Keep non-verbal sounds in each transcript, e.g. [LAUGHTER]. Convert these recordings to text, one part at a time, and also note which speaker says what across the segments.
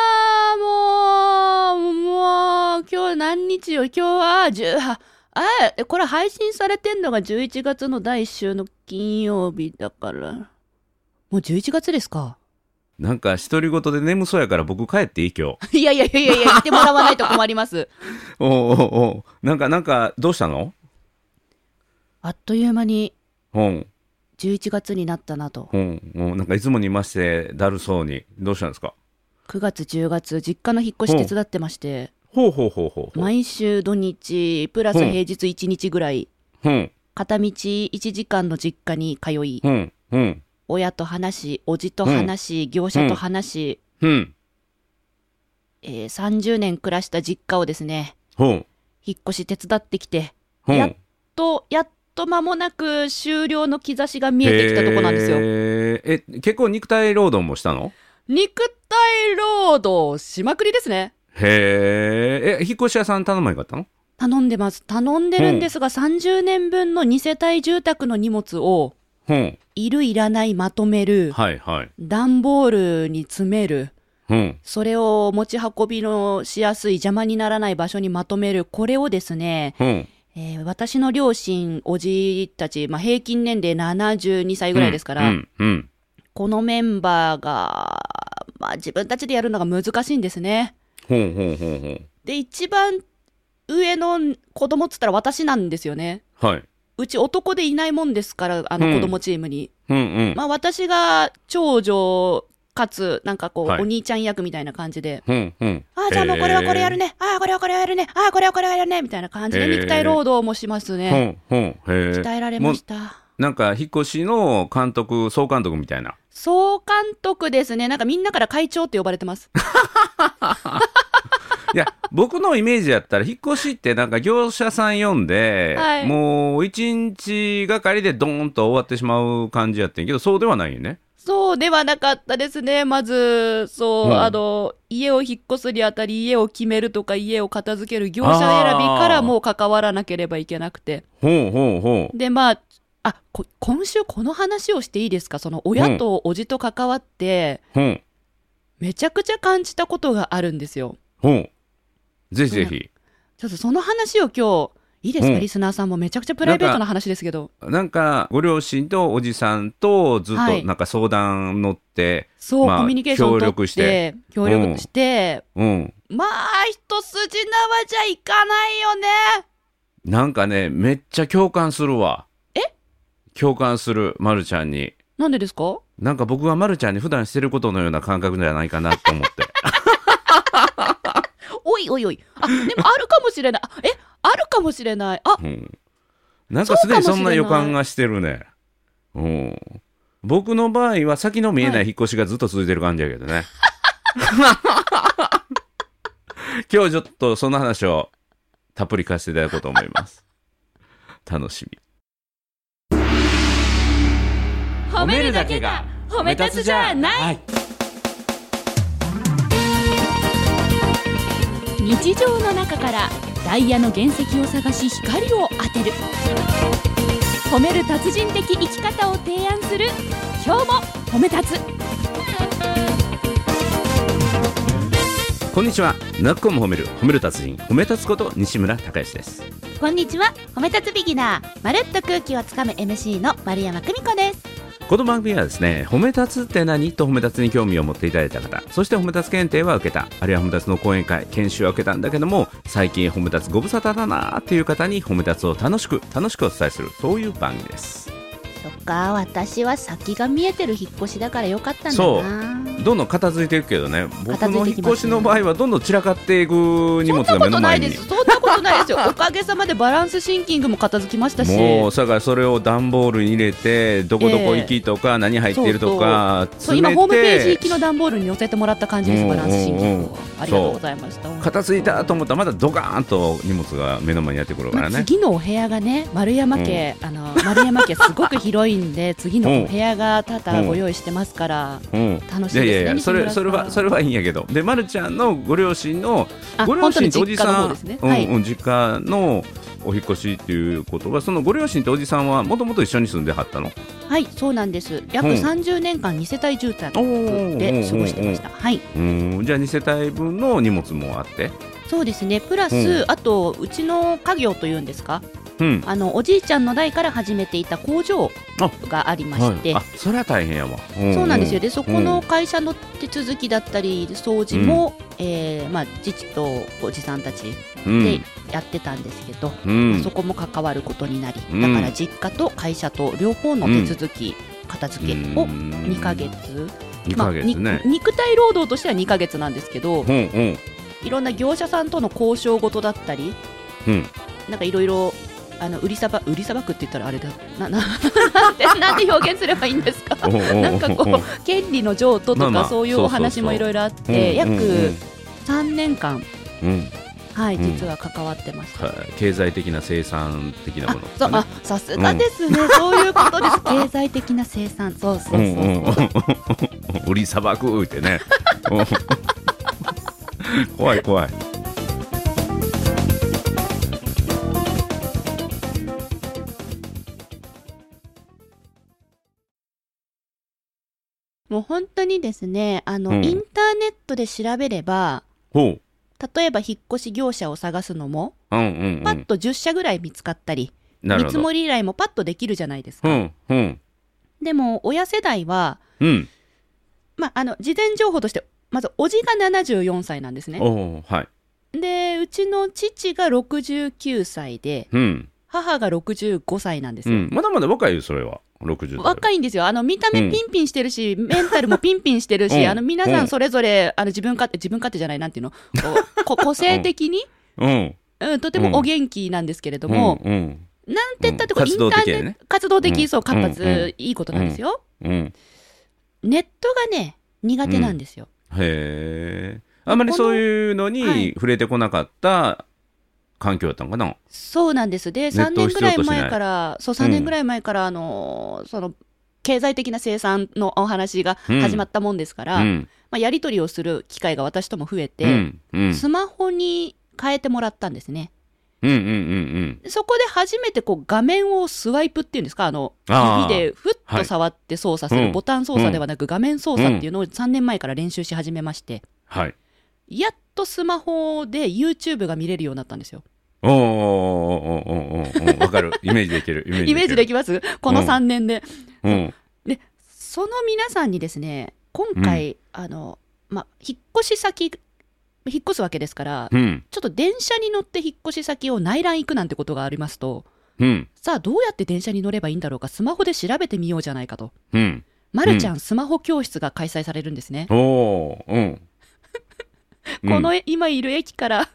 Speaker 1: ああ、もう、もう、今日何日よ、今日は10、あ、えこれ配信されてんのが11月の第1週の金曜日だから。もう11月ですか。
Speaker 2: なんか独り言で眠そうやから僕帰っていい
Speaker 1: [LAUGHS]
Speaker 2: 今
Speaker 1: [LAUGHS]
Speaker 2: 日。
Speaker 1: いやいやいやいやいや、言ってもらわないと困ります。
Speaker 2: おうおうおうなんかなんかどうしたの
Speaker 1: [LAUGHS] あっという間に
Speaker 2: うん
Speaker 1: 11月になったなと。
Speaker 2: うんうんなんかいつもにましてだるそうにどうしたんですか
Speaker 1: 9月、10月、実家の引っ越し手伝ってまして、
Speaker 2: ほうほうほうほうほう。
Speaker 1: 毎週土日、プラス平日1日ぐらい、
Speaker 2: うん
Speaker 1: 片道1時間の実家に通い、
Speaker 2: うんうん
Speaker 1: 親と話し、おじと話し、業者と話し、
Speaker 2: うん
Speaker 1: えー30年暮らした実家をですね、
Speaker 2: ほう
Speaker 1: 引っ越し手伝ってきて、
Speaker 2: ほう。
Speaker 1: やっと、やっと間もなく終了の兆しが見えてきたとこなんです
Speaker 2: へ
Speaker 1: よ。
Speaker 2: ーえ結構肉体労働もしたの
Speaker 1: 肉体労働しまくりですね。
Speaker 2: へーえ引っ越し屋さん頼まへんかったの
Speaker 1: 頼んでます。頼んでるんですが、30年分の2世帯住宅の荷物を、
Speaker 2: うん
Speaker 1: いるいらないまとめる、
Speaker 2: はいはい
Speaker 1: 段ボールに詰める、
Speaker 2: うん
Speaker 1: それを持ち運びのしやすい邪魔にならない場所にまとめる、これをですね、
Speaker 2: うん
Speaker 1: えー私の両親、おじいたち、まあ、平均年齢72歳ぐらいですから、
Speaker 2: うんうん
Speaker 1: このメンバーが、まあ、自分たちでやるのが難しいんですね。
Speaker 2: ほうほうほうほう
Speaker 1: で、一番上の子供っつったら私なんですよね。
Speaker 2: はいう
Speaker 1: ち男でいないもんですから、あの
Speaker 2: うん
Speaker 1: 子供チームに。
Speaker 2: うんうん
Speaker 1: まあ私が長女かつ、なんかこう、
Speaker 2: はい
Speaker 1: お兄ちゃん役みたいな感じで、
Speaker 2: うんうん
Speaker 1: ああ、じゃあもうこれはこれやる
Speaker 2: ね
Speaker 1: ね、ああ、これはこれはやるね、ああ、これはこれはやるね、みたいな感じで
Speaker 2: へー
Speaker 1: 肉体労働もします
Speaker 2: ほ
Speaker 1: ね。
Speaker 2: うほうへえ
Speaker 1: 鍛えられました。
Speaker 2: なんか、引っ越しの監督、総監督みたいな。
Speaker 1: 総監督ですね。なんかみんなから会長って呼ばれて
Speaker 2: [LAUGHS]
Speaker 1: ます。
Speaker 2: いや、 [LAUGHS] 僕のイメージやったら、引っ越しってなんか業者さん呼んで、
Speaker 1: はい
Speaker 2: もう一日がかりでドーンと終わってしまう感じやってんけど、そうではないよね。
Speaker 1: そうではなかったですね。まず、そう、
Speaker 2: うん
Speaker 1: あの、家を引っ越すにあたり、家を決めるとか、家を片付ける業者選びから
Speaker 2: あー
Speaker 1: もう関わらなければいけなくて。
Speaker 2: ほうほうほう。
Speaker 1: で、まあ、あ、こ今週この話をしていいですかその、親とおじと関わって、
Speaker 2: ほう
Speaker 1: めちゃくちゃ感じたことがあるんですよ。
Speaker 2: ほう。ぜひぜひ。
Speaker 1: ちょっとその話を今日、いいですか、
Speaker 2: うん
Speaker 1: リスナーさんもめちゃくちゃプライベートな話ですけど。
Speaker 2: なんか、ご両親とおじさんとずっ
Speaker 1: は
Speaker 2: と
Speaker 1: い
Speaker 2: なんか相談乗って、
Speaker 1: そう、
Speaker 2: まあ
Speaker 1: コミュニケーション取って、
Speaker 2: 協力して
Speaker 1: 協力して、
Speaker 2: うん。
Speaker 1: まあ、一筋縄じゃいかないよね。
Speaker 2: なんかね、めっちゃ共感するわ。え共感する、まるちゃんに。
Speaker 1: なんでですか
Speaker 2: なんか僕はまるちゃんに普段してることのような感覚じゃないかなと思
Speaker 1: [LAUGHS]
Speaker 2: って。
Speaker 1: おいおいおい。 [LAUGHS] あ、でもあるかもしれない。あえ、あるかもしれない。あ、
Speaker 2: うん、なんかすでにそんな予感がしてるね。うん、僕の場合は先の見えな
Speaker 1: はい
Speaker 2: い引っ越しがずっと続いてる感じやけ
Speaker 1: [LAUGHS]
Speaker 2: どね。今日ちょっとその話をたっぷり聞かせていただこうと思います。楽しみ。
Speaker 1: 褒。
Speaker 2: はいい。
Speaker 1: 日常の中からダイヤの原石を探し光を当てる。褒める達人的生き方を提案する。今日も褒め立つ。
Speaker 2: こんにちは。なっこも褒める褒める達人褒め立つこと西村孝之です。
Speaker 3: こんにちは褒め立つビギナーまるっと空気をつかむ MC の丸山久美子です
Speaker 2: この番組はですね、褒め立つって何と褒め立つに興味を持っていただいた方、そして褒め立つ検定は受けた、あるいは褒め立つの講演会、研修は受けたんだけども、最近褒め立つご無沙汰だなーっていう方に褒め立つを楽しく、楽しくお伝えする、そういう番組です。
Speaker 3: そっか私は先が見えてる引っ越しだからよかったんだな
Speaker 2: そうどんどん片付いていくけどね、僕
Speaker 3: 片付
Speaker 2: の
Speaker 3: い
Speaker 2: 引
Speaker 3: てき
Speaker 2: っ
Speaker 3: ま
Speaker 2: 越
Speaker 3: す
Speaker 2: し
Speaker 3: ね
Speaker 2: の場合はどんどん散らかっていく荷物
Speaker 1: そ
Speaker 2: が
Speaker 1: んなこと
Speaker 2: 目の
Speaker 1: ないで
Speaker 2: 前に
Speaker 1: す。。そんなことないですよ。 [LAUGHS] おかげさまでバランスシンキングも片付きましたし。
Speaker 2: もうだからそれを段ボールに入れてどこどこ行きとか何入ってるとか
Speaker 1: そう
Speaker 2: 詰
Speaker 1: 今
Speaker 2: めて
Speaker 1: ホームページ行きの段ボールに寄せてもらった感じです、バランスシンキング
Speaker 2: うん
Speaker 1: を
Speaker 2: うんうん。
Speaker 1: ありがとうございました。
Speaker 2: 片付いたと思ったらまだドカーンと荷物が目の前にやってくるか
Speaker 1: まあ
Speaker 2: らね。
Speaker 1: 次のお部屋がね、丸山家、あの丸山家すごく広いん
Speaker 2: [LAUGHS]
Speaker 1: で、次のお部屋が多々ご用意してますから、
Speaker 2: うん
Speaker 1: 楽し
Speaker 2: い
Speaker 1: み
Speaker 2: やいやい
Speaker 1: ですね。
Speaker 2: やそれそれはそれはいいんやけどで、ま、るちゃんのご両親の
Speaker 1: あ
Speaker 2: ご両親とおじ
Speaker 1: 本当の実家の方
Speaker 2: さん、
Speaker 1: ですね
Speaker 2: うん
Speaker 1: はい
Speaker 2: うん実家のお引っ越しっていうことはそのご両親とおじさんはもともと一緒に住んではったの
Speaker 1: はい、そうなんです。約
Speaker 2: うん
Speaker 1: 30年間2世帯住宅で過ごしてました。はい、
Speaker 2: うーんじゃあ2世帯分の荷物もあって
Speaker 1: そうですね。プラス、
Speaker 2: うん
Speaker 1: あとうちの家業というんですか、
Speaker 2: うん
Speaker 1: あのおじいちゃんの代から始めていた工場がありまして、
Speaker 2: あそれは大変やわ、
Speaker 1: そうなんですよ。
Speaker 2: ね
Speaker 1: で、そこの会社の手続きだったり掃除も、えーまあ父とおじさんたちでやってたんですけど。
Speaker 2: うんうん
Speaker 1: そこも関わることになり、
Speaker 2: うん
Speaker 1: だから実家と会社と両方の手続き、片付けを2ヶ月
Speaker 2: 2ヶ月
Speaker 1: まあ
Speaker 2: ね、
Speaker 1: に肉体労働としては2ヶ月なんですけど
Speaker 2: うんうん
Speaker 1: いろんな業者さんとの交渉事だったり、
Speaker 2: うん
Speaker 1: なんかいろいろあの売りさば売りさばくって言ったらあれだな [LAUGHS] ななんてなんて表現すればいいんですか
Speaker 2: おうおうおう
Speaker 1: なんかこ
Speaker 2: うん
Speaker 1: う権利の譲渡と
Speaker 2: まあ
Speaker 1: か、
Speaker 2: まあ
Speaker 1: そういうお話もいろいろあっ
Speaker 2: うんうん
Speaker 1: て、約3年間、
Speaker 2: うんうん
Speaker 1: はい、
Speaker 2: うん
Speaker 1: 実は関わってました。
Speaker 2: はい経済的な生産的な
Speaker 1: あ
Speaker 2: もの、
Speaker 1: そう、あ、さすがですね、そういうことです。経済的な生産、そうそうそ
Speaker 2: うんうんうん
Speaker 1: うそう。
Speaker 2: 売りさばく言うてねうん怖い怖い
Speaker 1: もう本当にですね、あの、
Speaker 2: うん
Speaker 1: インターネットで調べれば、
Speaker 2: ほう
Speaker 1: 例えば引っ越し業者を探すのも、
Speaker 2: うんうんう
Speaker 1: パッ
Speaker 2: ん
Speaker 1: と10社ぐらい見つかったり、
Speaker 2: な
Speaker 1: 見
Speaker 2: る
Speaker 1: 積
Speaker 2: ほど
Speaker 1: もり依頼もパッとできるじゃないです
Speaker 2: う
Speaker 1: か。
Speaker 2: んうん
Speaker 1: でも、親世代は、
Speaker 2: うん
Speaker 1: まあ、あの、事前情報として、まず、おじが74歳なんですね。
Speaker 2: おうはい
Speaker 1: で、うちの父が69歳で、
Speaker 2: うん
Speaker 1: 母が65歳なんです
Speaker 2: う
Speaker 1: よ。
Speaker 2: んまだまだ若いよそれは60代
Speaker 1: 若いんですよ。あの、見た
Speaker 2: う
Speaker 1: 目
Speaker 2: ん
Speaker 1: ピンピンしてるし、メンタルもピンピンしてるし、
Speaker 2: うん
Speaker 1: あの、皆さんそれぞれ、あの、自分勝手、自分勝手じゃない、なんていうの、
Speaker 2: [LAUGHS]
Speaker 1: こ個性的に、
Speaker 2: うん
Speaker 1: うん、とてもお元気なんですけれども、
Speaker 2: うんうん
Speaker 1: なんて言ったってこ
Speaker 2: う
Speaker 1: う、
Speaker 2: ん
Speaker 1: イン
Speaker 2: 活
Speaker 1: タ
Speaker 2: 動的
Speaker 1: ー
Speaker 2: や
Speaker 1: ネ
Speaker 2: ね
Speaker 1: ット、活動
Speaker 2: う
Speaker 1: 的、
Speaker 2: ん
Speaker 1: そう、活発、
Speaker 2: うん
Speaker 1: いいことなんですよ。
Speaker 2: うん
Speaker 1: ネットがね、苦手なんですよ。
Speaker 2: へえあんまりそういうの
Speaker 1: このは
Speaker 2: に
Speaker 1: い
Speaker 2: 触れてこなかった環境だったのかな、
Speaker 1: そうなんです。で、
Speaker 2: ネ
Speaker 1: 3
Speaker 2: ットを
Speaker 1: 年ぐら
Speaker 2: 必
Speaker 1: い
Speaker 2: 要としない
Speaker 1: 前から、そう、
Speaker 2: う
Speaker 1: 3
Speaker 2: ん
Speaker 1: 年ぐらい前から、あの、その、経済的な生産のお話が始まったもんですから、
Speaker 2: うん
Speaker 1: まあ、やり取りをする機会が私とも増えて、
Speaker 2: うんうん
Speaker 1: スマホに変えてもらったんですね。
Speaker 2: うんうんうん
Speaker 1: そこで初めてこう画面をスワイプっていうんですか、あの、
Speaker 2: あ
Speaker 1: 指
Speaker 2: ー
Speaker 1: でふっと触って操作す
Speaker 2: は
Speaker 1: る、
Speaker 2: い
Speaker 1: ボタン操作ではなく画面操作っていうのを3年前から練習し始めまして、
Speaker 2: はい
Speaker 1: やっとスマホで YouTube が見れるようになったんですよ。
Speaker 2: おーおーおーおーおーおーわかるイメージできるイメージできる
Speaker 1: イメージできますこの
Speaker 2: うん
Speaker 1: 3年で。
Speaker 2: うん
Speaker 1: で、その皆さんにですね、今回、あの、ま、引っ越し先、引っ越すわけですから、
Speaker 2: うん
Speaker 1: ちょっと電車に乗って引っ越し先を内覧行くなんてことがありますと、
Speaker 2: うん
Speaker 1: さあどうやって電車に乗ればいいんだろうかスマホで調べてみようじゃないかと。
Speaker 2: うん
Speaker 1: まるちゃんスマホ教室が開催されるんですね。
Speaker 2: おおーうん
Speaker 1: この今いる駅から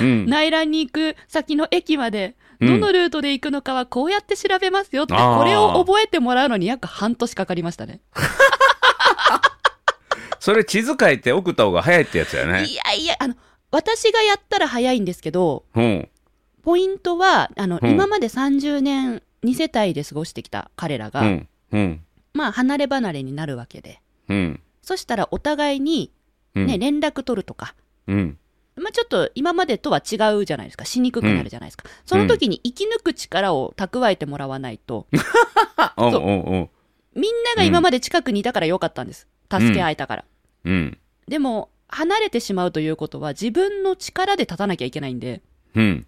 Speaker 2: うん
Speaker 1: 内覧に行く先の駅まで、
Speaker 2: うん
Speaker 1: どのルートで行くのかはこうやって調べますよって、
Speaker 2: あー
Speaker 1: これを覚えてもらうのに約半年かかりましたね。
Speaker 2: それ地図書いて送った方が早いってやつやね
Speaker 1: いやいや、あの、私がやったら早いんですけど、
Speaker 2: うん
Speaker 1: ポイントは、あの、
Speaker 2: うん
Speaker 1: 今まで30年2世帯で過ごしてきた彼らが、
Speaker 2: うんうん
Speaker 1: まあ離れ離れになるわけで。
Speaker 2: うん
Speaker 1: そしたらお互いに、
Speaker 2: うん
Speaker 1: ね、連絡取るとか、
Speaker 2: うん
Speaker 1: まあ、ちょっと今までとは違うじゃないですか。しにくくなるじゃないですか。その時に生き抜く力を蓄えてもらわないと、
Speaker 2: あおう
Speaker 1: そう
Speaker 2: おうおう
Speaker 1: みんなが今まで近くにいたからよかったんです。助け合えたから。
Speaker 2: うん
Speaker 1: でも、離れてしまうということは自分の力で立たなきゃいけないんで、
Speaker 2: うん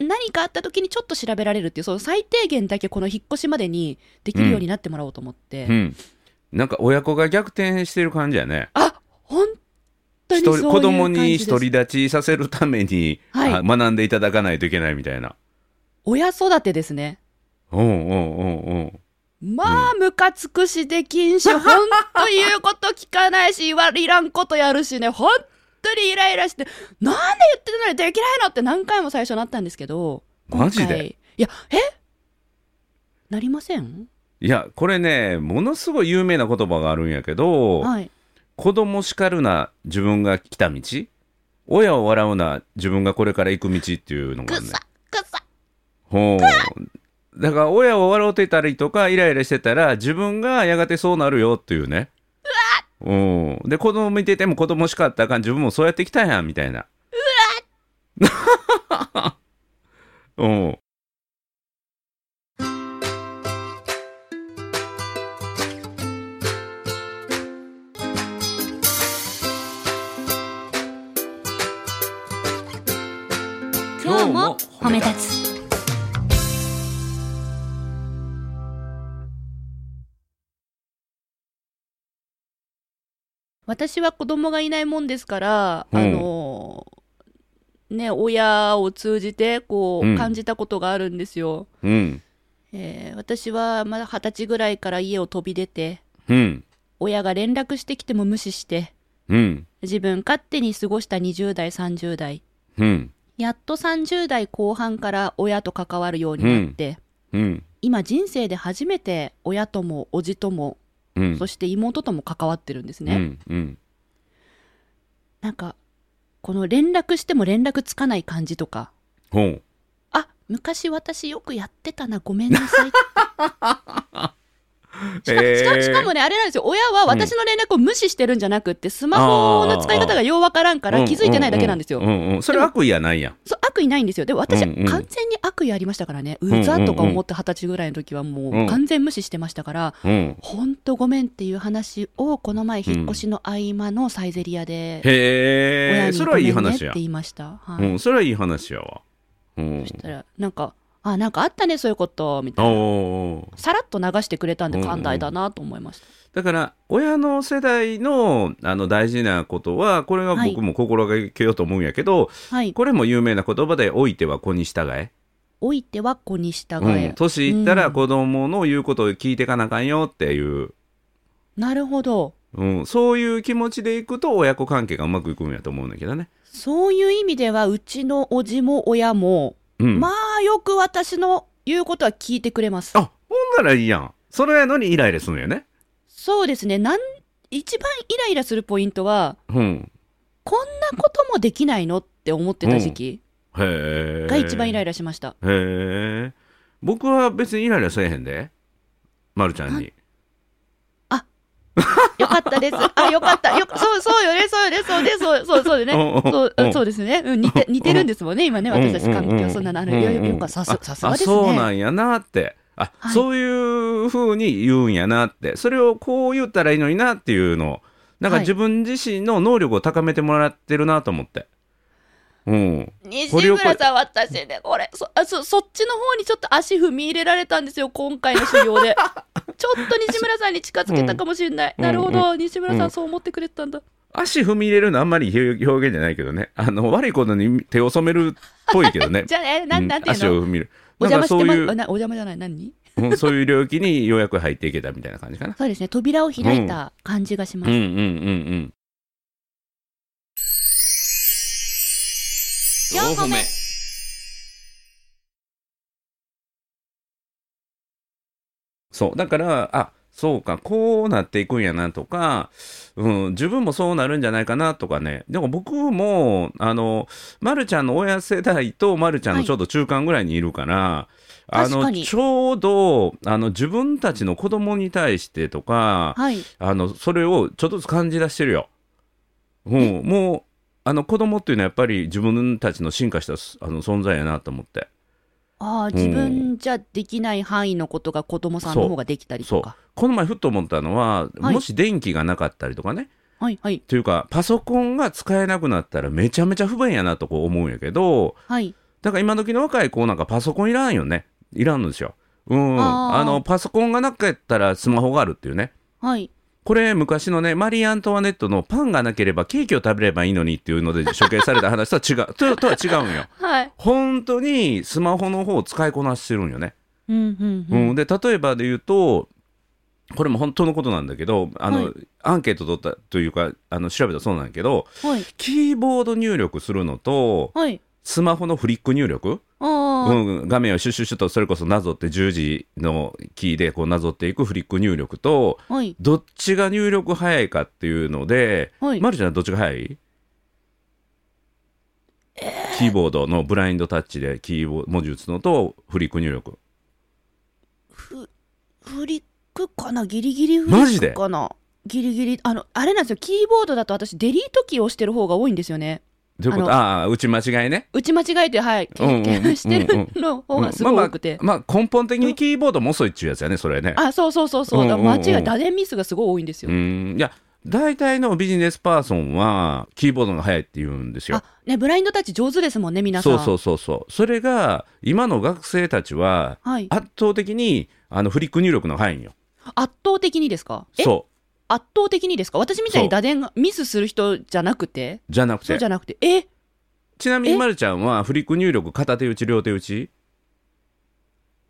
Speaker 1: 何かあった時にちょっと調べられるっていう、その最低限だけこの引っ越しまでにできるようになってもらおうと思って。
Speaker 2: うんなんか親子が逆転してる感じやね
Speaker 1: あ、本当に
Speaker 2: 一
Speaker 1: そういう感じで
Speaker 2: 人
Speaker 1: す。
Speaker 2: 子供に独り立ちさせるために、
Speaker 1: はい
Speaker 2: あ学んでいただかないといけないみたいな。
Speaker 1: 親育てですね。
Speaker 2: うんうんうん
Speaker 1: まあ、ムカつくしできん
Speaker 2: [LAUGHS]
Speaker 1: し、ほんと言うこと聞かないし、言わいらんことやるしね、ほんとにイライラして、なんで言ってるのにできないのって何回も最初なったんですけど。
Speaker 2: うん。マジ
Speaker 1: 今
Speaker 2: で
Speaker 1: 回いや、えなりません
Speaker 2: いやこれねものすごい有名な言葉があるんやけど、
Speaker 1: はい。
Speaker 2: 子供叱るな自分が来た道親を笑うな自分がこれから行く道っていうの
Speaker 3: く
Speaker 2: があるね
Speaker 3: さくさ
Speaker 2: ほうだから親を笑うてたりとかイライラしてたら自分がやがてそうなるよっていうねうん、で子供見てても子供しかったらあかん自分もそう [LAUGHS] やってきたやんみたいなうわっうん
Speaker 3: 今日も褒め立つ
Speaker 1: 私は子供がいないもんですから、
Speaker 2: うん
Speaker 1: あのね親を通じてこ
Speaker 2: うん
Speaker 1: う感じたことがあるんですよ、
Speaker 2: うん
Speaker 1: えー私はまだ二十歳ぐらいから家を飛び出て
Speaker 2: うん
Speaker 1: 親が連絡してきても無視して
Speaker 2: うん
Speaker 1: 自分勝手に過ごした20代30代
Speaker 2: うん
Speaker 1: やっと30代後半から親と関わるようになって、
Speaker 2: うん
Speaker 1: 今人生で初めて親とも叔父とも、
Speaker 2: うん
Speaker 1: そして妹とも関わってるんですね、
Speaker 2: うんうん
Speaker 1: なんかこの連絡しても連絡つかない感じとか
Speaker 2: ほう
Speaker 1: あ昔私よくやってたなごめんなさいし
Speaker 2: [LAUGHS]
Speaker 1: かもしか
Speaker 2: へー
Speaker 1: しかもねあれなんですよ親は私の連絡を無視してるんじゃなくってスマホの使い方がようわからんから気づいてないだけなんですよ、
Speaker 2: うんうんうんうんそれ悪意はないやん
Speaker 1: そう悪意ないんですよで私、
Speaker 2: うんうん
Speaker 1: 完全に悪意ありましたからね
Speaker 2: んうんうん
Speaker 1: うざとか思って二十歳ぐらいの時は
Speaker 2: う
Speaker 1: も
Speaker 2: ん
Speaker 1: う完全無視してましたから、
Speaker 2: うん
Speaker 1: ほんとごめんっていう話をこの前引っ越しの合間のサイゼリアで
Speaker 2: へ
Speaker 1: 親
Speaker 2: え
Speaker 1: に
Speaker 2: そ
Speaker 1: ご
Speaker 2: れはい
Speaker 1: め
Speaker 2: い
Speaker 1: んねっ
Speaker 2: 話
Speaker 1: て
Speaker 2: や
Speaker 1: 言いました、は
Speaker 2: う
Speaker 1: い
Speaker 2: んそれはいい話やわうん
Speaker 1: そしたらなんか「あなんかあったねそういうこと」みたいな
Speaker 2: おー
Speaker 1: さらっと流してくれたん
Speaker 2: う
Speaker 1: で
Speaker 2: んうん
Speaker 1: 寛大だなと思いました、
Speaker 2: だから親の世代のあの大事なことはこれは
Speaker 1: はい
Speaker 2: 僕も心がけようと思うんやけど、
Speaker 1: はい
Speaker 2: これも有名な言葉で「老いては子に従え」
Speaker 1: 老いては子に従
Speaker 2: う
Speaker 1: え、
Speaker 2: ん、年いったら子供の言うことを聞いていかなあかんよっていう、
Speaker 1: なるほど
Speaker 2: うん、そういう気持ちでいくと親子関係がうまくいくんやと思うんだけどね。
Speaker 1: そういう意味ではうちの叔父も親も、
Speaker 2: うん、
Speaker 1: まあよく私の言うことは聞いてくれます
Speaker 2: あほんならいいやん。それやのにイライラするんやね。
Speaker 1: そうですねなん一番イライラするポイントは
Speaker 2: うん、
Speaker 1: こんなこともできないのって思ってた時期
Speaker 2: へえ。
Speaker 1: が一番イラ
Speaker 2: イ
Speaker 1: イラしました、
Speaker 2: ラ。へえ。僕は別にイライラせえへんで、ま、るちゃんに。
Speaker 1: よかったですあよかったよそうそうよねそうよねそうねそうそうそうよね
Speaker 2: うんうん
Speaker 1: そう
Speaker 2: うん
Speaker 1: そうですね、うん、似て似てるんですもんね今ね私たち環
Speaker 2: うんうんう
Speaker 1: 境
Speaker 2: ん
Speaker 1: そんなのある
Speaker 2: うんうん
Speaker 1: いやいやよかさすさすが
Speaker 2: あ
Speaker 1: ですね
Speaker 2: そうなんやなってあ、
Speaker 1: はい
Speaker 2: そういうふうに言うんやなってそれをこう言ったらいいのになっていうのをなんか
Speaker 1: はい
Speaker 2: 自分自身の能力を高めてもらってるなと思って、うん
Speaker 1: 西
Speaker 2: これを
Speaker 1: 村
Speaker 2: これ
Speaker 1: さん、私ね、これそあそ、そっちの方にちょっと足踏み入れられたんですよ、今回の修行で。ちょっと西村さんに近づけたかもしれない。
Speaker 2: うん
Speaker 1: なるほ
Speaker 2: う
Speaker 1: ど、西村さ、
Speaker 2: うん
Speaker 1: そう思ってくれてたんだ。
Speaker 2: 足踏み入れるのあんまり表表現じゃないけどねあの悪いことに手を染めるっぽいけどね
Speaker 1: [LAUGHS] じゃあね、なんなんていう
Speaker 2: 足
Speaker 1: の
Speaker 2: を踏み入れる
Speaker 1: お
Speaker 2: なん
Speaker 1: 邪
Speaker 2: か
Speaker 1: 魔
Speaker 2: そ
Speaker 1: して
Speaker 2: う
Speaker 1: ま
Speaker 2: い
Speaker 1: す。
Speaker 2: う
Speaker 1: なお邪魔じゃない、何
Speaker 2: うんそういう領域にようやく入っていけたみたいな感じかな
Speaker 1: そうですね、扉を開いた感じがしま
Speaker 2: うん
Speaker 1: す。
Speaker 2: うんうんうん
Speaker 3: 4個目
Speaker 2: そうだからあそうかこうなっていくんやなとか、うん、自分もそうなるんじゃないかなとかねでも僕もあの、ま、るちゃんの親世代とまるちゃんのちょうど中間ぐらいにいるから、あ
Speaker 1: 確か
Speaker 2: の
Speaker 1: に
Speaker 2: ちょうどあの自分たちの子供に対してとか、
Speaker 1: はい。
Speaker 2: あのそれをちょっとずつ感じ出してるよ。うん、もうあの子供っていうのはやっぱり自分たちの進化したすあの存在やなと思って
Speaker 1: ああ、自分じゃできない範囲のことが子供さんの方ができたり
Speaker 2: そ
Speaker 1: と
Speaker 2: う
Speaker 1: か。
Speaker 2: この前ふっと思ったのは、
Speaker 1: はい
Speaker 2: もし電気がなかったりとかね
Speaker 1: はい、はい、
Speaker 2: というかパソコンが使えなくなったらめちゃめちゃ不便やなとこう思うんやけど
Speaker 1: はい。
Speaker 2: だから今時の若い子なんかパソコンいらんよねいらんのですよ。うん、
Speaker 1: あー
Speaker 2: あのパソコンがなかったらスマホがあるっていうね
Speaker 1: はい。
Speaker 2: これ昔のねマリー・アントワネットのパンがなければケーキを食べればいいのにっていうので処刑された話とは
Speaker 1: [LAUGHS]
Speaker 2: 違うととは違うんよ
Speaker 1: はい。
Speaker 2: 本当にスマホの方を使いこなしてるんよね、
Speaker 1: うん、うん、
Speaker 2: う
Speaker 1: うんん。
Speaker 2: で例えばで言うとこれも本当のことなんだけどあの、
Speaker 1: は
Speaker 2: アンケート取ったというかあの調べたそうなんやけど
Speaker 1: はい。
Speaker 2: キーボード入力するのと
Speaker 1: はい。
Speaker 2: スマホのフリック入力、
Speaker 1: ああ、
Speaker 2: うん、画面をシュッシュッシュッとそれこそなぞって10時のキーでこうなぞっていくフリック入力と
Speaker 1: はい。
Speaker 2: どっちが入力早いかっていうので、
Speaker 1: はい
Speaker 2: まるちゃんはどっちが早い、キーボードのブラインドタッチでキーボード文字打つのとフリック入力
Speaker 1: フリックかなギリギリフリ
Speaker 2: マジ
Speaker 1: ッ
Speaker 2: で
Speaker 1: クかなギリギリあのあれなんですよキーボードだと私デリートキーを押してる方が多いんですよね
Speaker 2: どういうことああ打ち間違いね、
Speaker 1: 打ち間違えてはい
Speaker 2: うんうんうん
Speaker 1: 経験してるの方がすご
Speaker 2: うん
Speaker 1: い
Speaker 2: まあまあ
Speaker 1: 多くて、
Speaker 2: まあ根本的にキーボードも遅いっちゅうやつやねそれね
Speaker 1: あそうそうそうそう
Speaker 2: うんうんうん
Speaker 1: 間違い打電ミスがすごい多いんです
Speaker 2: う
Speaker 1: よ、
Speaker 2: んいや大体のビジネスパーソンはキーボードが速いって言うんですよ
Speaker 1: あ。ねブラインドタッチ上手ですもんね皆さん
Speaker 2: そうそうそうそうそれが今の学生たちは
Speaker 1: はい
Speaker 2: 圧倒的にあのフリック入力の範囲よ
Speaker 1: 圧倒的にですかえ
Speaker 2: そ
Speaker 1: 圧倒的にですか私みたい
Speaker 2: そ
Speaker 1: に
Speaker 2: う
Speaker 1: 打電がミスする人じゃなくて
Speaker 2: うじゃなく
Speaker 1: そう
Speaker 2: て
Speaker 1: じゃなくてえ
Speaker 2: ちなみに
Speaker 1: え
Speaker 2: まるちゃんはフリック入力片手打ち両手打ち、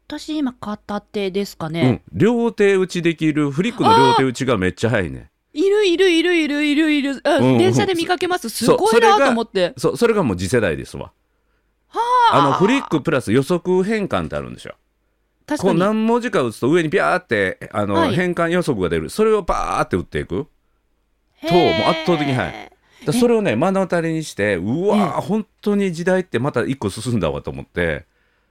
Speaker 1: 私今片手ですか
Speaker 2: う
Speaker 1: ね、
Speaker 2: ん、両手打ちできるフリックの両手打ちがめっちゃ速いね
Speaker 1: いるいるいるいるいるいる、あ
Speaker 2: うんうん
Speaker 1: 電車で見かけますす
Speaker 2: そう
Speaker 1: ごいな
Speaker 2: それが
Speaker 1: と思って
Speaker 2: そそれがもう次世代ですわ
Speaker 1: あ
Speaker 2: あのフリックプラス予測変換ってあるんですよ
Speaker 1: 確
Speaker 2: こ
Speaker 1: か
Speaker 2: う
Speaker 1: に
Speaker 2: 何文字か打つと上にピャーってあの、
Speaker 1: はい
Speaker 2: 変換予測が出るそれをバーって打っていくと
Speaker 1: へー
Speaker 2: もう圧倒的に速いだそれをね目の当たりにしてうわー本当に時代ってまた一個進んだわと思って、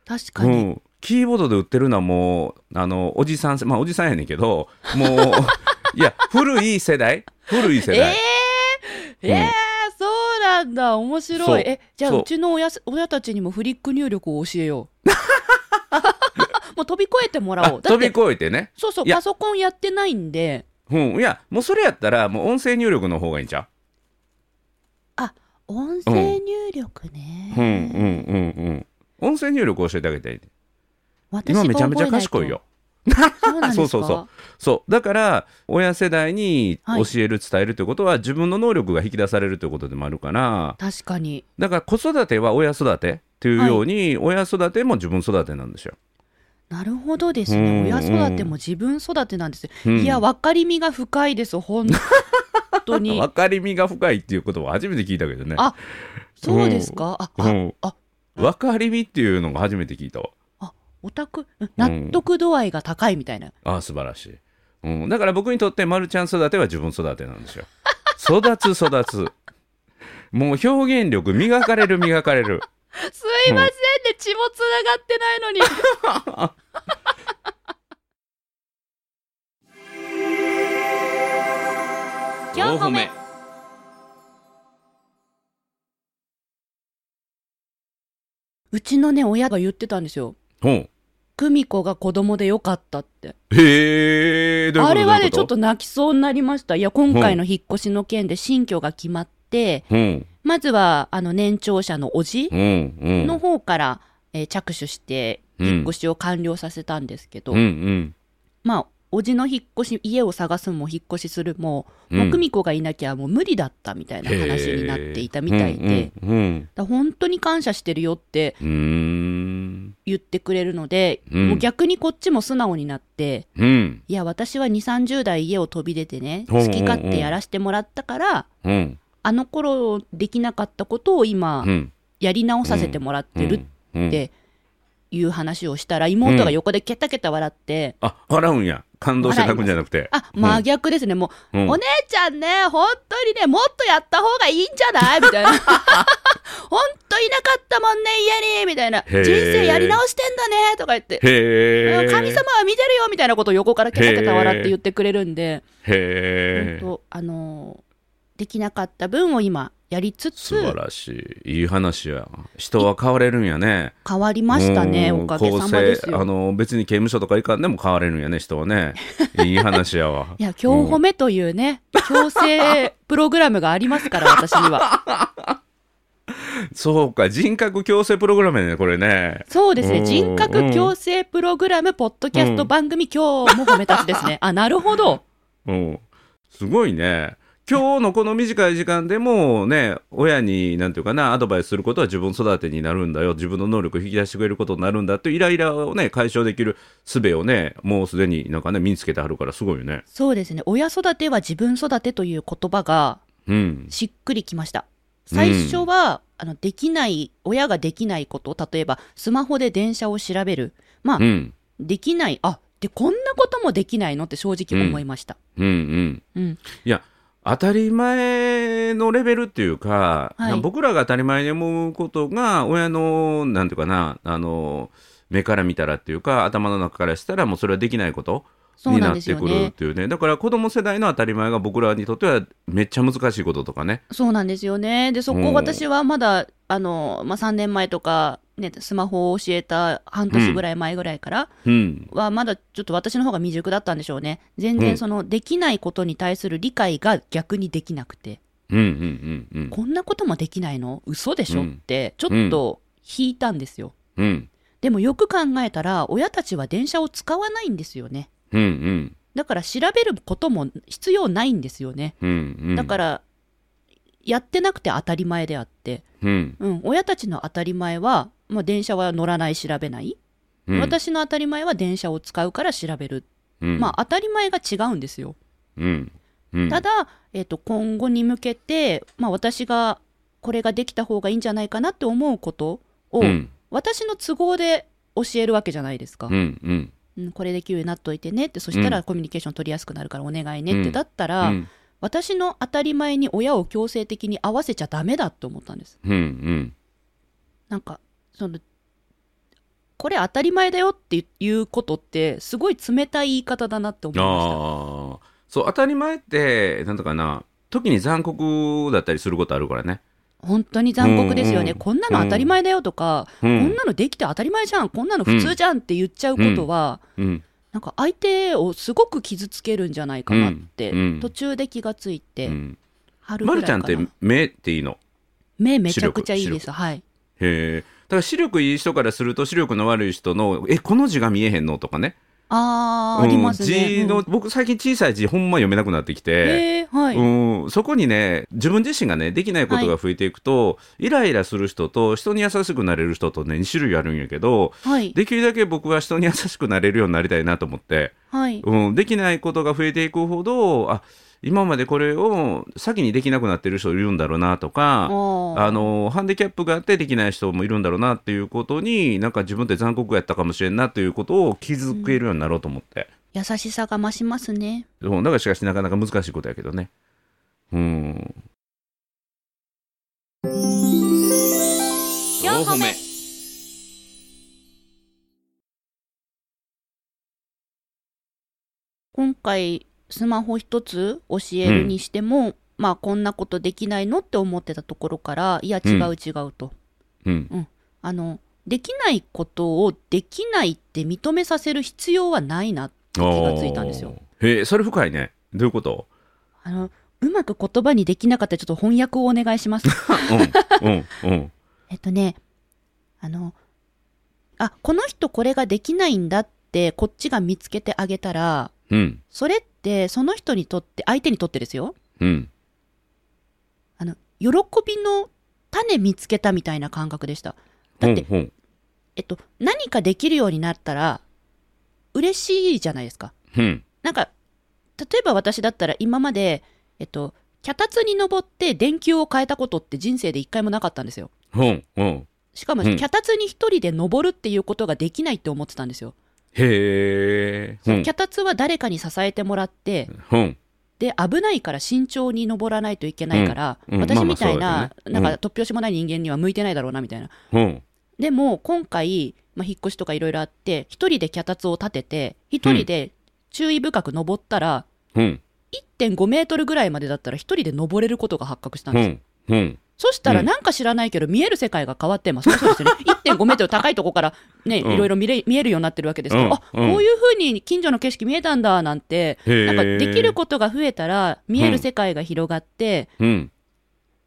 Speaker 1: 確か
Speaker 2: う
Speaker 1: に、
Speaker 2: ん、キーボードで売ってるのはもうあのおじさんまあおじさんやねんけど
Speaker 1: [LAUGHS]
Speaker 2: もういや古い世代古い世
Speaker 1: え
Speaker 2: 代、
Speaker 1: えー、えーそうなんだ面
Speaker 2: そ
Speaker 1: 白
Speaker 2: う
Speaker 1: いえじゃあ
Speaker 2: そう
Speaker 1: うちの親す親たちにもフリック入力を教えよう [LAUGHS] もう飛び越えてもらお
Speaker 2: あ
Speaker 1: うだっ
Speaker 2: 飛び
Speaker 1: て
Speaker 2: 越えてね、
Speaker 1: そうそう
Speaker 2: いや
Speaker 1: パソコンやってないんで
Speaker 2: うん、いやもうそれやったらもう音声入力の方がいいんちゃ
Speaker 3: 音声入力ね、
Speaker 2: う、うんうんうんうん、音声入力を教えてあげて
Speaker 3: 私が
Speaker 2: 今めちゃめちゃ
Speaker 3: 覚えないと
Speaker 2: 賢いよ
Speaker 1: そうなんですか
Speaker 2: そう [LAUGHS] そうそうそうだから親世代に教える伝えるということは、自分の能力が引き出されるということでもあるから
Speaker 1: 確かに
Speaker 2: だから子育ては親育てっていうように、親育ても自分育てなんですよ。
Speaker 1: なるほどです
Speaker 2: うん
Speaker 1: ね親育ても自分育てなんですね、
Speaker 2: うん
Speaker 1: いや分かりみが深いです本当
Speaker 2: [LAUGHS]
Speaker 1: に
Speaker 2: 分かりみが深いっていうことは初めて聞いたけどね。
Speaker 1: あそうですか、あ
Speaker 2: う
Speaker 1: あ
Speaker 2: ん、
Speaker 1: あ
Speaker 2: 分かりみっていうのが初めて聞いたわ。
Speaker 1: オタクうん納得度合いが高いみたいな、
Speaker 2: あー素晴らしい、うん。だから僕にとってマルちゃん育ては自分育てなんですよ。育つ育つ。もう表現力磨かれる磨かれる。
Speaker 1: すいませんね血もつながってないのに
Speaker 3: 今日褒め。
Speaker 1: [LAUGHS] うちのね親が言ってたんですよ
Speaker 2: ほう。
Speaker 1: 久美子が子供でよかったって
Speaker 2: へえ。どういうこと
Speaker 1: あれはねち
Speaker 2: どう
Speaker 1: ょ
Speaker 2: い
Speaker 1: っ
Speaker 2: うこと
Speaker 1: 泣きそうになりましたいや今回の引っ越しの件で新居が決まって、
Speaker 2: うん
Speaker 1: まずはあの年長者のおじ
Speaker 2: うんうん。
Speaker 1: の方から、えー着手して
Speaker 2: うん
Speaker 1: 引っ越しを完了させたんですけど、
Speaker 2: うんうん。
Speaker 1: まあおじの引っ越し家を探すも引っ越しするも、
Speaker 2: うん
Speaker 1: もう久美子がいなきゃもう無理だったみたいな話になっていたみたいで、だか
Speaker 2: うんうん
Speaker 1: ら本当に感謝してるよって
Speaker 2: うんうーん
Speaker 1: 言ってくれるので、
Speaker 2: うん
Speaker 1: もう逆にこっちも素直になって
Speaker 2: うん
Speaker 1: いや私は2 3 0代家を飛び出てね
Speaker 2: うんうんうん
Speaker 1: 好き勝手やらせてもらったから
Speaker 2: うん
Speaker 1: あの頃できなかったことを今
Speaker 2: うん
Speaker 1: やり直させてもらってるっ
Speaker 2: うん
Speaker 1: ていう話をしたら妹が横でケタケタ笑って、
Speaker 2: あ笑うんや感動して泣くんじゃなくて
Speaker 1: あ真逆ですね、もう、
Speaker 2: うん
Speaker 1: お姉ちゃんね本当にねもっとやった方がいいんじゃないみたい
Speaker 2: [LAUGHS]
Speaker 1: な本当いなかったもんね家にみたいな
Speaker 2: へー
Speaker 1: 人生やり直してんだねとか言って、
Speaker 2: へえ
Speaker 1: 神様は見てるよみたいなことを横からケタケタ笑って言ってくれるんで、
Speaker 2: へえ
Speaker 1: 本当あのーできなかった分を今やりつつ
Speaker 2: 素晴らしいいい話や人は変われるんやね
Speaker 1: 変わりましたね
Speaker 2: うん
Speaker 1: おかげさまです
Speaker 2: 構成あ
Speaker 1: よ。
Speaker 2: の別に刑務所とか行かんでも変われるんやね人はねいい話やわ
Speaker 1: [LAUGHS] いや、今日褒めというね、強制プログラムがあります
Speaker 2: [LAUGHS]
Speaker 1: から、私には。
Speaker 2: そうか人格矯正プログラムやねこれね
Speaker 1: そうです
Speaker 2: うん
Speaker 1: ね、人格矯正プログラム、ポッドキャスト番組、今日も褒めたちですね。あ、なるほど。
Speaker 2: うん、すごいね。今日のこの短い時間でもね、親に、なんていうかな、アドバイスすることは自分育てになるんだよ、自分の能力を引き出してくれることになるんだっていうイライラをね、解消できる術をね、もうすでになんかね、身につけてあるから、すごいよね。
Speaker 1: そうですね、親育ては自分育てという言葉が
Speaker 2: うん。
Speaker 1: しっくりきました。最初は、あの、できない、親ができないこと、例えば、スマホで電車を調べる。まあ、
Speaker 2: うん。
Speaker 1: できない、あ、で、こんなこともできないのって正直思いました。
Speaker 2: うんうん。
Speaker 1: うん。
Speaker 2: いや、当たり前のレベルっていうか、
Speaker 1: はい
Speaker 2: な僕らが当たり前に思うことが、親の、なんていうかな、あの、目から見たらっていうか、頭の中からしたら、もうそれはできないこと。
Speaker 1: そう
Speaker 2: に
Speaker 1: なん
Speaker 2: な
Speaker 1: で
Speaker 2: っ
Speaker 1: す
Speaker 2: て
Speaker 1: よ
Speaker 2: くるっ
Speaker 1: ね。
Speaker 2: ていうねだから子供世代の当たり前が僕らにとってはめっちゃ難しいこととかね
Speaker 1: そうなんですよね。で、そこを私はまだあの、まあ、3年前とか、ね、スマホを教えた半年ぐらい前ぐらいから
Speaker 2: うん。
Speaker 1: は、まだちょっと私の方が未熟だったんでしょうね。全
Speaker 2: うん
Speaker 1: 然その、できないことに対する理解が逆にできなくて、
Speaker 2: うんうんうんうん。
Speaker 1: こんなこともできないの嘘でしょ
Speaker 2: う
Speaker 1: っ
Speaker 2: ん
Speaker 1: て、ちょっと引いたんですよ。
Speaker 2: うん。
Speaker 1: でもよく考えたら、親たちは電車を使わないんですよね。
Speaker 2: うんうん。
Speaker 1: だから調べることも必要ないんですよね。
Speaker 2: うんうん。、
Speaker 1: だからら、やってなくて当たり前であって、
Speaker 2: うん。
Speaker 1: うん、親たちの当たり前は、まあ、電車は乗らない、調べない、
Speaker 2: うん、
Speaker 1: 私の当たり前は電車を使うから調べる、
Speaker 2: うん、
Speaker 1: まあ、当たり前が違うんですよ。
Speaker 2: うん。うん。
Speaker 1: ただ、えっと、今後に向けて、まあ、私がこれができた方がいいんじゃないかなって思うことを、
Speaker 2: うん。
Speaker 1: 私の都合で教えるわけじゃないですか。
Speaker 2: うんうん。
Speaker 1: うん、これできるようになっといてねって、そした
Speaker 2: う
Speaker 1: らコミュニケーション取りやすくなるからお願いねっ
Speaker 2: う
Speaker 1: て、
Speaker 2: ん
Speaker 1: だった
Speaker 2: う
Speaker 1: ら、
Speaker 2: ん。
Speaker 1: 私の当たり前に親を強制的に合わせちゃダメだと思ったんです。
Speaker 2: うんうん。
Speaker 1: なんか、その、これ当たり前だよっていうことって、すごい冷たい言い方だなって思いま
Speaker 2: ああ。そう、当たり前って、なんとかな、時に残酷だったりすることあるからね。
Speaker 1: した。本当に残酷ですよね。
Speaker 2: うん
Speaker 1: こんなの当たり前だよとか、
Speaker 2: う
Speaker 1: こん
Speaker 2: ん。
Speaker 1: なのできて当たり前じゃん、こんなの普通じゃんって言っちゃうことは、
Speaker 2: うん。
Speaker 1: なんか相手をすごく傷つけるんじゃないかなって、
Speaker 2: うんうん
Speaker 1: 途中で気がついうて、
Speaker 2: ん。
Speaker 1: 春ぐ
Speaker 2: ま
Speaker 1: らい
Speaker 2: るち
Speaker 1: か
Speaker 2: ゃ
Speaker 1: なん
Speaker 2: って目っていいの。
Speaker 1: 目めちゃくちゃいい
Speaker 2: 視力
Speaker 1: です。はい。
Speaker 2: へえ。だから視力いい人からすると視力の悪い人の、え、この字が見えへんのとかね。
Speaker 1: あー、
Speaker 2: うん
Speaker 1: ありますね。
Speaker 2: 字の、
Speaker 1: うん
Speaker 2: 僕最近小さい字ほんま読めなくなってきて。
Speaker 1: へーはい。
Speaker 2: うん、そこにね自分自身がねできないことが増えていくと、イライラする人と人に優しくなれる人とね2種類あるんやけど
Speaker 1: はい。
Speaker 2: できるだけ僕は人に優しくなれるようになりたいなと思って、
Speaker 1: はい。
Speaker 2: うん、できないことが増えていくほどあ今までこれを先にできなくなってる人いるんだろうなとか。あ
Speaker 1: あ
Speaker 2: のハンディキャップがあってできない人もいるんだろうなっていうことになんか自分って残酷やったかもしれんなということを気づけるようになろうと思って、
Speaker 1: 優しさが増しますね。
Speaker 2: うん、だからしかしなかなか難しいことやけどねうん
Speaker 3: 4歩目
Speaker 1: 今回、スマホ一つ教えるにしても、まあ、こんなことできないのって思ってたところから、いや、違う違うと。
Speaker 2: うん
Speaker 1: あの、できないことをできないって認めさせる必要はないな。
Speaker 2: 気
Speaker 1: がついたんですよ
Speaker 2: へえそれ深いねどういう
Speaker 1: [LAUGHS]
Speaker 2: こと
Speaker 1: あの、うまく言葉にできなかったらちょっと翻訳をお願いします。
Speaker 2: うんうんうん
Speaker 1: えっとね、あの、あ、この人これができないんだって、こっちが見つけてあげたら、
Speaker 2: うん
Speaker 1: それって、その人にとって、相手にとってですよ。
Speaker 2: うん
Speaker 1: あの、喜びの種見つけたみたいな感覚でした。だって、
Speaker 2: ほん
Speaker 1: えっと、何かできるようになったら、嬉しいじゃないですか。
Speaker 2: ほんうん
Speaker 1: なんか、例えば私だったら今まで、えっと、脚立に登って電球を変えたことって人生で一回もなかったんですよ。
Speaker 2: ほんほん
Speaker 1: しかも、
Speaker 2: うん
Speaker 1: 脚立に一人で登るっていうことができないって思ってたんですよ。
Speaker 2: へえ
Speaker 1: そ
Speaker 2: ほ
Speaker 1: の
Speaker 2: ん
Speaker 1: 脚立は誰かに支えてもらって、
Speaker 2: ほん
Speaker 1: で危ないから慎重に登らないといけないから、
Speaker 2: うんうんま
Speaker 1: 私
Speaker 2: あまあ
Speaker 1: みたいな、
Speaker 2: そうだよねう
Speaker 1: なんんか突拍子もない人間には向いてないだろうなみたいな。
Speaker 2: ほん
Speaker 1: でも今回、まあ、引っ越しとかいろいろあって、一人で脚立を立てて、一人で注意深く登ったら、
Speaker 2: ほん
Speaker 1: 1.5メートルぐらいまでだったら一人で登れることが発覚したん
Speaker 2: ほ
Speaker 1: ですよ。
Speaker 2: んほん
Speaker 1: そしたら
Speaker 2: うん
Speaker 1: なんか知らないけど、見える世界が変わってます。そう
Speaker 2: [LAUGHS]
Speaker 1: ですよね。1.5メートル高いとこからね、い
Speaker 2: うん
Speaker 1: ろいろ見れ見えるようになってるわけですけど、
Speaker 2: うん
Speaker 1: あ、こういう風に近所の景色見えたんだ、なんて、
Speaker 2: へえ
Speaker 1: なんかできることが増えたら、見える世界が広がって、
Speaker 2: うん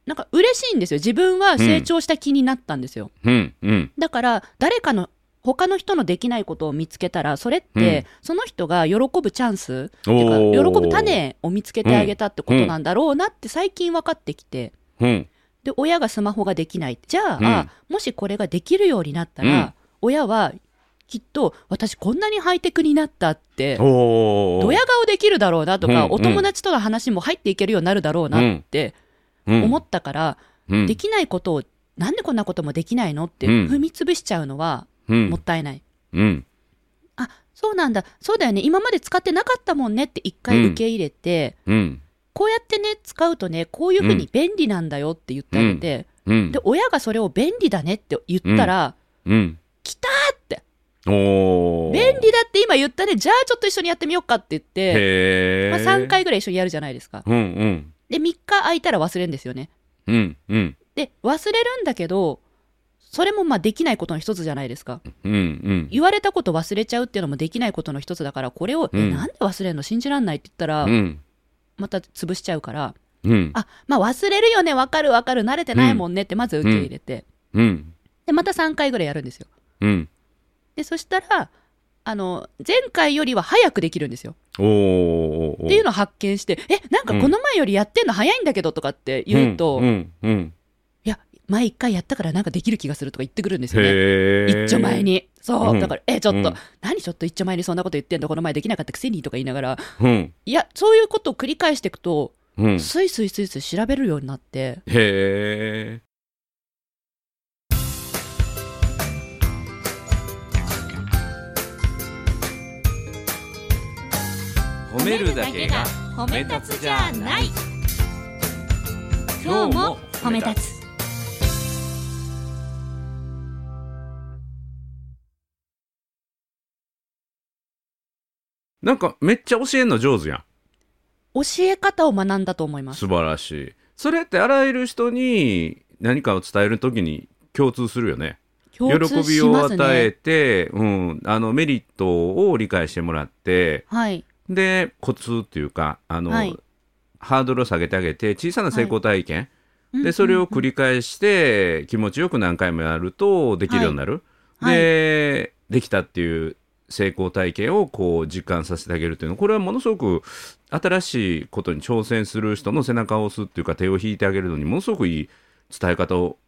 Speaker 1: なんか嬉しいんですよ。自分は成長した気になったんですよ。
Speaker 2: うんうん
Speaker 1: だから、誰かの、他の人のできないことを見つけたら、それって、
Speaker 2: うん
Speaker 1: その人が喜ぶチャンス、
Speaker 2: お
Speaker 1: ってい
Speaker 2: ー
Speaker 1: うか、喜ぶ種を見つけてあげたってことなんだろうなって最近分かってきて、
Speaker 2: ほん
Speaker 1: で、親がスマホができない。じゃあ、
Speaker 2: うん
Speaker 1: あもしこれができるようになったら、
Speaker 2: うん
Speaker 1: 親はきっと、私こんなにハイテクになったって、
Speaker 2: おー
Speaker 1: ドヤ顔できるだろうなとか、
Speaker 2: うん
Speaker 1: お友達との話も入っていけるようになるだろうなって
Speaker 2: うん
Speaker 1: 思ったから、
Speaker 2: うん
Speaker 1: できないことを、なんでこんなこともできないのって
Speaker 2: うん
Speaker 1: 踏み潰しちゃうのは
Speaker 2: うん
Speaker 1: もったいない。
Speaker 2: うん
Speaker 1: あ、そうなんだ。そうだよね。今まで使ってなかったもんねって一回受け入れて、
Speaker 2: うん
Speaker 1: こうやってね、使うとね、こういうふうに便利なんだよって言ってあげて、
Speaker 2: うん
Speaker 1: で、親がそれを便利だねって言ったら、
Speaker 2: うん
Speaker 1: 来たって
Speaker 2: おー
Speaker 1: 便利だって今言ったね。じゃあちょっと一緒にやってみようかって言って、
Speaker 2: へえ
Speaker 1: まあ、3回ぐらい一緒にやるじゃないですか。
Speaker 2: うんうん
Speaker 1: で、3日空いたら忘れんですよね。
Speaker 2: うんうん
Speaker 1: で、忘れるんだけど、それもまあできないことの一つじゃないですか。
Speaker 2: うんうん。
Speaker 1: 言われたこと忘れちゃうっていうのもできないことの一つだから、これを、
Speaker 2: うん
Speaker 1: えなんで忘れるの信じらんないって言ったら、
Speaker 2: うん。
Speaker 1: また潰しちゃうから、
Speaker 2: うん。
Speaker 1: あ、まあ忘れるよね、わかるわかる、慣れてないもんねってまず受け入れて、
Speaker 2: うん。
Speaker 1: で、また3回ぐらいやるんですよ。
Speaker 2: うん。
Speaker 1: で、そしたら、あの、前回よりは早くできるんですよ。
Speaker 2: おーおー。
Speaker 1: っていう
Speaker 2: の
Speaker 1: のを発見して、え、なんかこの前よりやってんの早いんだけどとかって言うと、
Speaker 2: うん。うん。
Speaker 1: いや、前一回やったからなんかできる気がするとか言ってくるんですよね。
Speaker 2: へえ。
Speaker 1: 一丁前。に。そう、
Speaker 2: うん
Speaker 1: だから、え、ちょっと、
Speaker 2: うん
Speaker 1: 何ちょっと一丁前にそんなこと言ってんのこの前できなかったくせにとか言いながら、
Speaker 2: うん。
Speaker 1: いや、そういうことを繰り返していくと、
Speaker 2: うん。へ
Speaker 1: スイスイスイスイ調べるようになって、
Speaker 2: え。褒めるだけが
Speaker 3: 褒
Speaker 2: め立つじゃない
Speaker 3: 今日も褒め立つ
Speaker 2: なんかめっちゃ教えんの上手やん。
Speaker 1: 教え方を学んだと思います。
Speaker 2: 素晴らしいそれってあらゆる人に何かを伝える時に共通するよね
Speaker 1: 共通
Speaker 2: 喜び
Speaker 1: し
Speaker 2: を
Speaker 1: ます
Speaker 2: 与え
Speaker 1: ね。
Speaker 2: て、うん、あのメリットを理解してもらって
Speaker 1: はい。
Speaker 2: でコツっていうかあの、
Speaker 1: はい
Speaker 2: ハードルを下げてあげて小さな成功体験、
Speaker 1: うん
Speaker 2: でそれを繰り返して気持ちよく何回もやるとできるようになる、
Speaker 1: はい
Speaker 2: でできたっていう成功体験をこう実感させてあげるっていうのこれはものすごく新しいことに挑戦する人の背中を押すっていうか手を引いてあげるのにものすごくいい伝え方を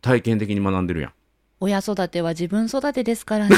Speaker 2: 体験的に学んでるやん
Speaker 1: 親育ては自分育てですからね。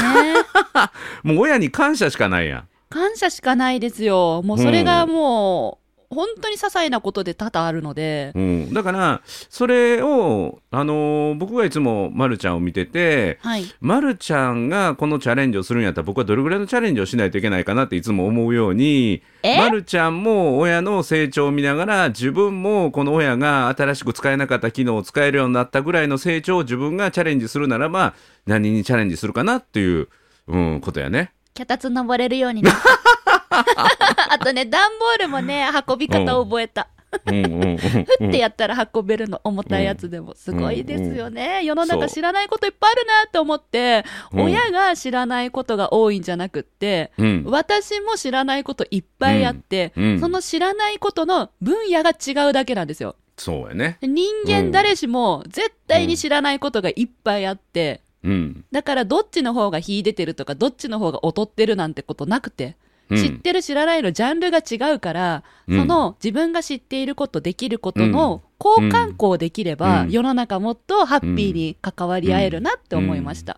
Speaker 2: もう親に感謝しかないやん
Speaker 1: 感謝しかないですよ。もうそれがもう、本当に些細なことで多々あるので、
Speaker 2: うん、だからそれを、あのー僕がいつもまるちゃんを見てて、
Speaker 1: はい。
Speaker 2: まるちゃんがこのチャレンジをするんやったら僕はどれぐらいのチャレンジをしないといけないかなっていつも思うように、
Speaker 1: え
Speaker 2: まるちゃんも親の成長を見ながら自分もこの親が新しく使えなかった機能を使えるようになったぐらいの成長を自分がチャレンジするならば何にチャレンジするかなっていう、うん、ことやね。
Speaker 3: 脚立登れるよう
Speaker 1: [LAUGHS]
Speaker 3: になった
Speaker 1: あとね、段ボールもね、運び方を覚えた。
Speaker 2: うんうんうんう
Speaker 1: [LAUGHS] っ
Speaker 2: ん
Speaker 1: てやったら運べるの、重たいやつでも。すごいですよね。世の
Speaker 2: そ
Speaker 1: 中
Speaker 2: う
Speaker 1: 知らないこといっぱいあるなって思って、
Speaker 2: うん
Speaker 1: 親が知らないことが多いんじゃなくって、
Speaker 2: うん
Speaker 1: 私も知らないこといっぱいあって、
Speaker 2: うんうん
Speaker 1: その知らないことの分野が違うだけなんですよ。
Speaker 2: そうやね。
Speaker 1: 人
Speaker 2: うん
Speaker 1: 間誰しも絶対に知らないことがいっぱいあって、
Speaker 2: うん
Speaker 1: だからどっちの方が秀でてるとかどっちの方が劣ってるなんてことなくて、
Speaker 2: うん
Speaker 1: 知ってる知らないのジャンルが違うから、
Speaker 2: うん
Speaker 1: その自分が知っていることできることの交換行できれば、
Speaker 2: うん
Speaker 1: 世の中もっとハッピーに関わり合えるなって思いました、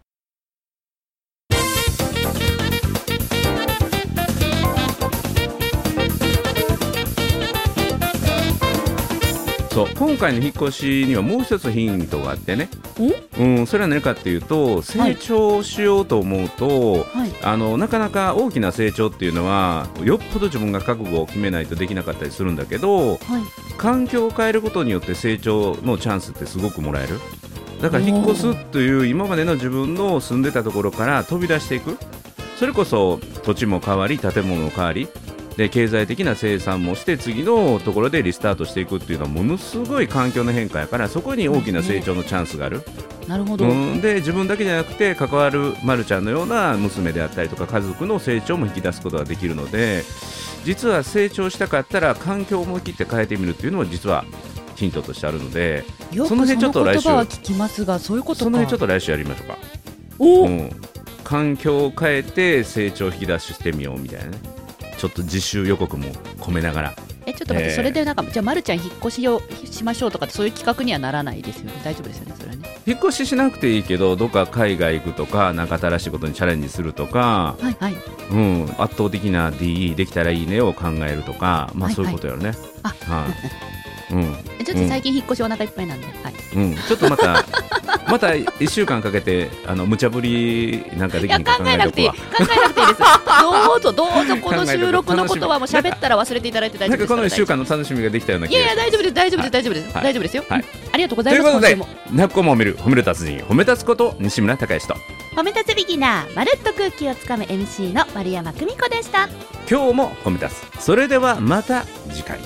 Speaker 2: そう今回の引っ越しにはもう一つヒントがあってね、うん、それは何かっていうと成長しようと思うと、
Speaker 1: はい
Speaker 2: あのなかなか大きな成長っていうのはよっぽど自分が覚悟を決めないとできなかったりするんだけど
Speaker 1: はい
Speaker 2: 環境を変えることによって成長のチャンスってすごくもらえるだから引っ越すという今までの自分の住んでたところから飛び出していくそれこそ土地も変わり建物も変わりで経済的な生産もして次のところでリスタートしていくっていうのはものすごい環境の変化やからそこに大きな成長のチャンスがある
Speaker 1: なるほど、
Speaker 2: うん、で自分だけじゃなくて関わるまるちゃんのような娘であったりとか家族の成長も引き出すことができるので実は成長したかったら環境を思い切って変えてみるっていうのも実はヒントとしてあるので
Speaker 1: よく
Speaker 2: そ
Speaker 1: そ
Speaker 2: の
Speaker 1: の
Speaker 2: 辺
Speaker 1: 言
Speaker 2: ちょっと来週
Speaker 1: 葉は聞きますがそういうことか
Speaker 2: その辺ちょっと来週やりましょうか、
Speaker 1: お、
Speaker 2: うん、環境を変えて成長を引き出してみようみたいなねちょっと自習予告も込めながら
Speaker 1: えちょっと待って、
Speaker 2: えー
Speaker 1: それでなんかじゃあ、ま、るちゃん引っ越しをしましょうとかってそういう企画にはならないですよね大丈夫ですよねそれはね
Speaker 2: 引っ越ししなくていいけどどっか海外行くとかなんか新しいことにチャレンジするとか
Speaker 1: はいはい
Speaker 2: うん、圧倒的な DE できたらいいねを考えるとか、まあ、
Speaker 1: はい
Speaker 2: そういうことやろね。
Speaker 1: あ
Speaker 2: はい
Speaker 1: えちょっと最近引っ越しお腹いっぱいなんで、はい、
Speaker 2: うんうん、ちょっとまた [LAUGHS] また1週間かけてあの無茶ぶりなんかで
Speaker 1: い
Speaker 2: きへ
Speaker 1: や
Speaker 2: ん
Speaker 1: 考
Speaker 2: か考
Speaker 1: え
Speaker 2: え
Speaker 1: な
Speaker 2: と
Speaker 1: くて
Speaker 2: こ
Speaker 1: いい
Speaker 2: わ
Speaker 1: 考えなくていいです
Speaker 2: [LAUGHS]
Speaker 1: どうぞどうぞこの収録のことはもう喋ったら忘れていただいて大丈
Speaker 2: な
Speaker 1: 夫で
Speaker 2: んか
Speaker 1: すか
Speaker 2: こ
Speaker 1: ら
Speaker 2: の1週間の楽しみができたようない気
Speaker 1: やい
Speaker 2: が
Speaker 1: や大
Speaker 2: しま
Speaker 1: 丈夫です大丈夫です大丈夫です、
Speaker 2: はい
Speaker 1: 大丈夫ですよ、
Speaker 2: はい
Speaker 1: うんありがとうご
Speaker 2: す
Speaker 1: ざ
Speaker 2: と
Speaker 1: い
Speaker 2: いう
Speaker 1: ます
Speaker 2: ことで
Speaker 1: 今週も
Speaker 2: 「泣く子も褒める褒める達人褒め立つこと西村孝之と
Speaker 3: 褒め立つビギナーまるっと空気をつかむ MC の丸山久美子でした
Speaker 2: 今日も褒め立つそれではまた次回。